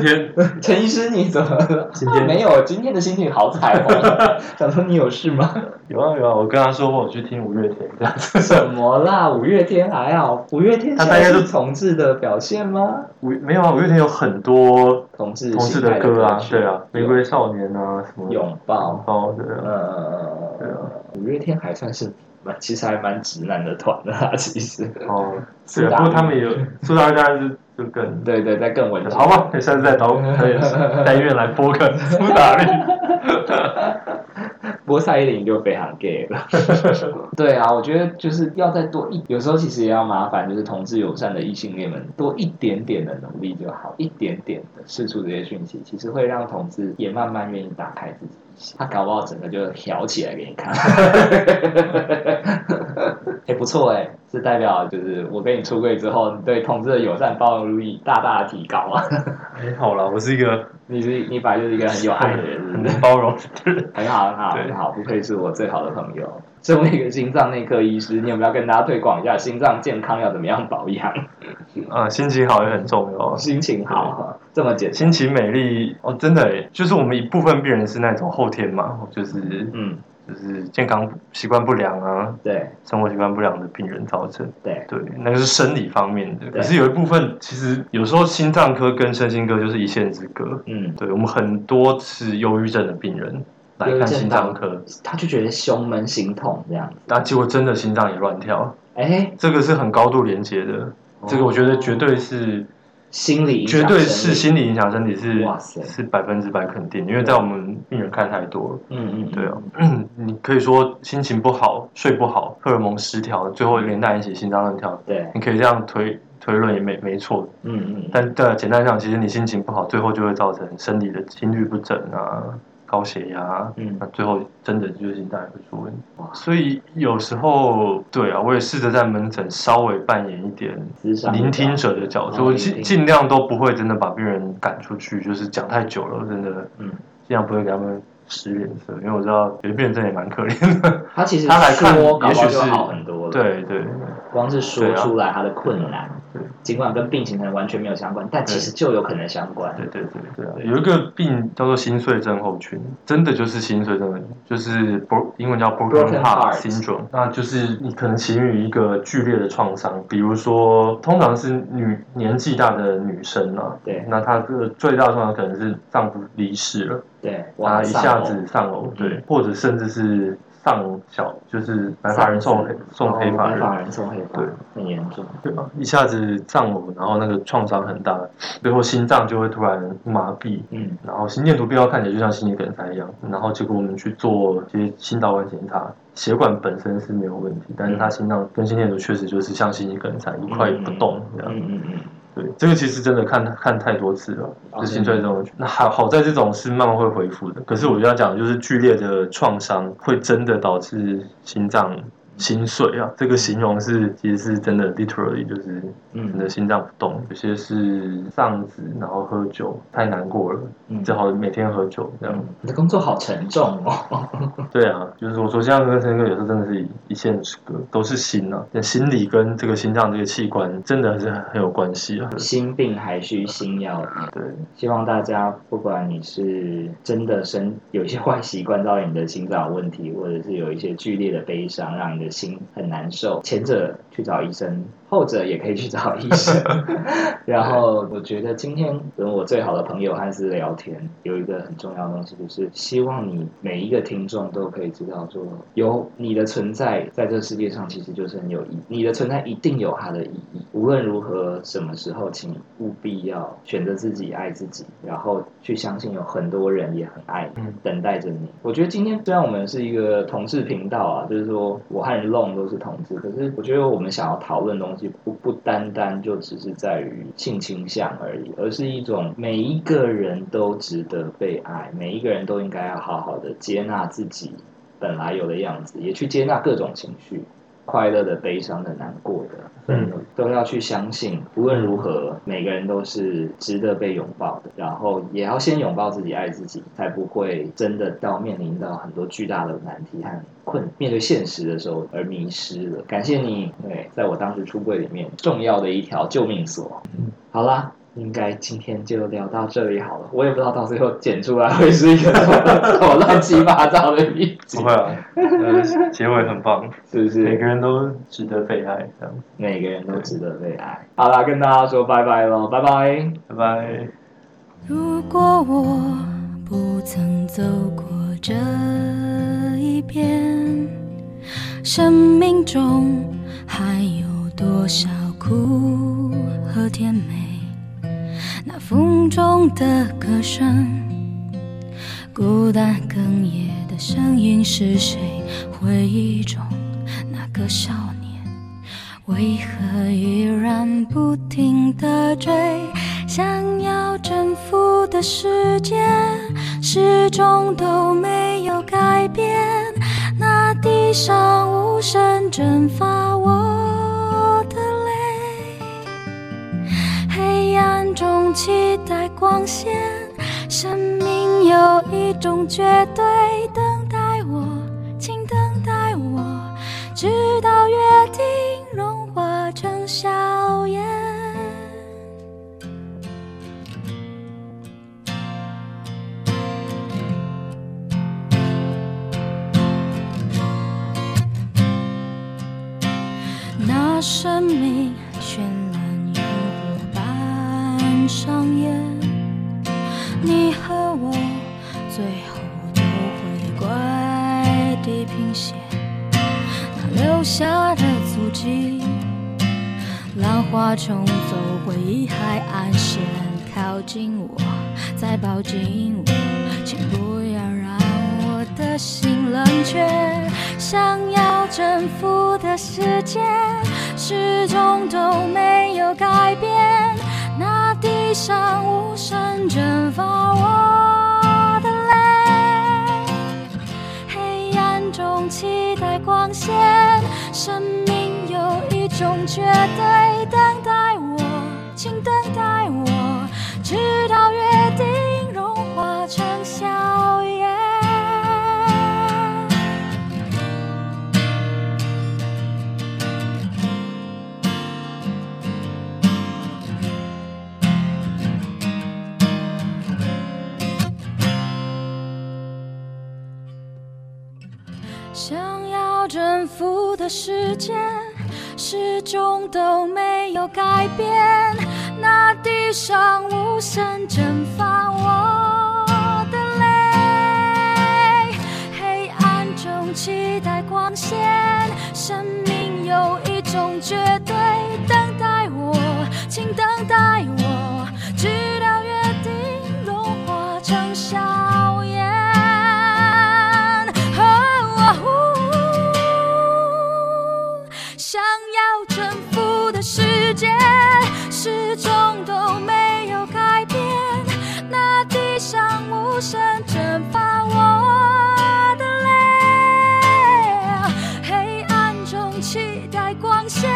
S1: <laughs>
S3: 天
S1: 陈医师你怎么了？
S3: 今天
S1: 没有，今天的心情好彩虹，啊想说你有事吗？
S3: 有啊有啊，我跟他说我有去听五月天这样
S1: <laughs>
S3: 子，
S1: 什么啦？五月天还好，五月天
S3: 他
S1: 现
S3: 大概
S1: 在是
S3: 都
S1: 同志的表现吗？
S3: 五没有啊，五月天有很多
S1: 同志
S3: 同志
S1: 形态
S3: 的
S1: 的
S3: 歌啊，
S1: 曲
S3: 对啊，玫瑰少年啊什么
S1: 拥抱，
S3: 包对啊，
S1: 呃，五月天还算是蛮其实还蛮直男的团的啊，其实。 <laughs>
S3: 哦，
S1: 苏
S3: 对啊，
S1: 打
S3: 不过他们也 <laughs> 有苏打绿当然是就更
S1: 对对，再更稳重。
S3: 好吧，下次再 <laughs> 导可以单元来播 <laughs> 个苏打绿。
S1: 不过蔡依林就非常 gay 了。 <laughs> 对啊，我觉得就是要再多一，有时候其实也要麻烦，就是同志友善的异性恋们多一点点的努力就好，一点点的释出这些讯息，其实会让同志也慢慢愿意打开自己一些。他搞不好整个就挑起来给你 <laughs> 看，也、不错哎、是代表就是我跟你出柜之后，你对同志的友善包容力大大的提高啊！
S3: 还哎好啦，我是一个
S1: 你是你本来就是一个很有爱的人，是
S3: 很
S1: 不是
S3: 能包容的人。
S1: 很好，很好，
S3: 对
S1: 很好，不愧是我最好的朋友。身为一个心脏内科医师，你有没有要跟大家推广一下心脏健康要怎么样保
S3: <laughs>
S1: 养？
S3: 啊，心情好也很重要。啊
S1: 心情好，这么简单。
S3: 心情美丽哦，真的耶，就是我们一部分病人是那种后天嘛，就是
S1: 嗯，
S3: 就是健康习惯不良啊，
S1: 对
S3: 生活习惯不良的病人造成。
S1: 对，
S3: 对，那个是生理方面的。
S1: 对
S3: 可是有一部分，其实有时候心脏科跟身心科就是一线之隔。
S1: 嗯，
S3: 对我们很多是忧郁症的病人来看心脏科，
S1: 他就觉得胸闷心痛这样子。
S3: 但结果真的心脏也乱跳，
S1: 哎，
S3: 这个是很高度连接的。这个我觉得绝对是，
S1: 心哦理影响
S3: 绝对
S1: 生
S3: 是
S1: 理
S3: 心理影响身体是
S1: 哇塞
S3: 是百分之百肯定，因为在我们病人看太多了。
S1: 嗯嗯，
S3: 对啊， <clears throat> 你可以说心情不好、睡不好、荷尔蒙失调，最后连带引起心脏乱跳，
S1: 对，
S3: 你可以这样推推论也没没错。
S1: 嗯嗯，
S3: 但对，啊简单讲，其实你心情不好，最后就会造成生理的心律不整啊、高血压啊，
S1: 嗯
S3: 那最后真的就是心脏也会出问题
S1: 哇。
S3: 所以有时候，对啊，我也试着在门诊稍微扮演一点
S1: 智商
S3: 聆听者的角色，
S1: 哦
S3: 我
S1: 聆
S3: 尽
S1: 听
S3: 尽量都不会真的把病人赶出去，就是讲太久了，真的
S1: 嗯，
S3: 尽量不会给他们使脸色，因为我知道有些病人真的也蛮可怜的。 <laughs>
S1: 他其实
S3: 他来看
S1: 说，搞
S3: 也
S1: 不好
S3: 许
S1: 就是好很多了。
S3: 对对
S1: 光是说
S3: 对啊
S1: 出来他的困难
S3: 对，
S1: 尽管跟病情可能完全没有相关，但其实就有可能相关。
S3: 对对对对啊！有一个病叫做心碎症候群，真的就是心碎症候群，就是 bro 英文叫 broken
S1: Broken
S3: heart
S1: heart
S3: syndrome，那就是你可能起于一个剧烈的创伤，比如说通常是女年纪大的女生啊，
S1: 对
S3: 那她这个最大的创伤可能是丈夫离世了。
S1: 对，
S3: 啊，
S1: 哇，
S3: 一
S1: 上
S3: 下
S1: 头
S3: 子上楼，对
S1: 嗯，
S3: 或者甚至是上小，就是白发人送黑送哦黑发
S1: 白发
S3: 人，
S1: 人送哦黑发
S3: 对
S1: 人，很严重。
S3: 对吧？一下子上楼，然后那个创伤很大，最后心脏就会突然麻痹。
S1: 嗯
S3: 然后心电图标看起来就像心肌梗塞一样，然后结果我们去做一些心导管检查，血管本身是没有问题，但是他心脏跟心电图确实就是像心肌梗塞一块不动这样。
S1: 嗯嗯嗯，
S3: 对，这个其实真的看看太多次了，
S1: 哦
S3: 就是心碎这种。那好好在这种是慢慢会恢复的，可是我就要讲，就是剧烈的创伤会真的导致心脏心碎啊。这个形容是其实是真的，literally 就是
S1: 嗯
S3: 真的心脏不动。有些是丧子，然后喝酒太难过了，
S1: 嗯
S3: 只好每天喝酒这样。
S1: 嗯你的工作好沉重
S3: <laughs>
S1: 哦。
S3: 对啊，就是我说心脏跟身体有时候真的是一一线之隔，都是心啊，那心理跟这个心脏这个器官真的是很很有关系啊。
S1: 心病还需心药医，
S3: 对。
S1: 希望大家不管你是真的生有一些坏习惯造成你的心脏有问题，或者是有一些剧烈的悲伤让你的心很难受，前者去找医生，后者也可以去找医生。 <laughs> 然后我觉得今天跟我最好的朋友汉斯聊天，有一个很重要的东西，就是希望你每一个听众都可以知道说，有你的存在在这世界上其实就是很有意义，你的存在一定有它的意义。无论如何，什么时候，请务必要选择自己爱自己，然后去相信有很多人也很爱你
S3: 嗯，
S1: 等待着你。我觉得今天虽然我们是一个同志频道啊，就是说我和 Long 都是同志，可是我觉得我们想要讨论的东西不不单单就只是在于性倾向而已，而是一种每一个人都值得被爱，每一个人都应该要好好的接纳自己本来有的样子，也去接纳各种情绪。快乐的、悲伤的、难过的，
S3: 嗯
S1: 都要去相信，无论如何，每个人都是值得被拥抱的。然后也要先拥抱自己，爱自己，才不会真的到面临到很多巨大的难题和困，面对现实的时候而迷失了。感谢你，对，在我当时出柜里面重要的一条救命索。
S3: 嗯
S1: 好啦。应该今天就聊到这里好了，我也不知道到最后剪出来会是一个什么什么乱七八糟的一集
S3: <laughs> 不，会啊，呃结尾很棒，
S1: 是不是？
S3: 每个人都值得被爱，这样，
S1: 每个人都值得被爱。好啦，跟大家说拜拜喽，拜拜。
S3: 拜拜。
S2: 如果我不曾走过这一边，生命中还有多少苦和甜美？那风中的歌声，孤单哽咽的声音是谁？回忆中那个少年，为何依然不停地追？想要征服的世界，始终都没有改变。那地上无声蒸发我的泪。黑暗中期待光线，生命有一种绝对，等待我，请等待我，直到约定融化成笑颜。那生命绚烂又不般上演，你和我最后都会跪地平线，那留下的足迹，浪花冲走回忆，还岸线靠近我，再抱紧我，请不要让我的心冷却。想要征服的世界，始终都没有改变。那地上无声蒸发我的泪，黑暗中期待光线，生命有一种绝对，等待我，请等待我，直到约定融化成笑颜。想要征服的世界，始终都没有改变。那地上无声蒸发我的泪，黑暗中期待光线，生命有一种绝对，等待我，请等待我，直到约定融化成笑颜。哦想要征服的世界，始终都没有改变。那地上无声蒸发我的泪，啊黑暗中期待光线，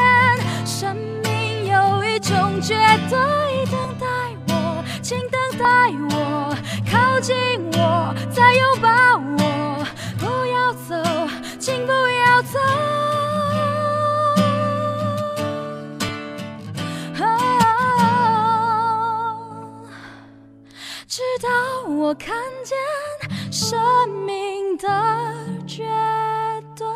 S2: 生命有一种绝对，等待我，请等待我，靠近我，再拥抱我，不要走，请不要走。Oh, 哦直到我看见生命的绝对。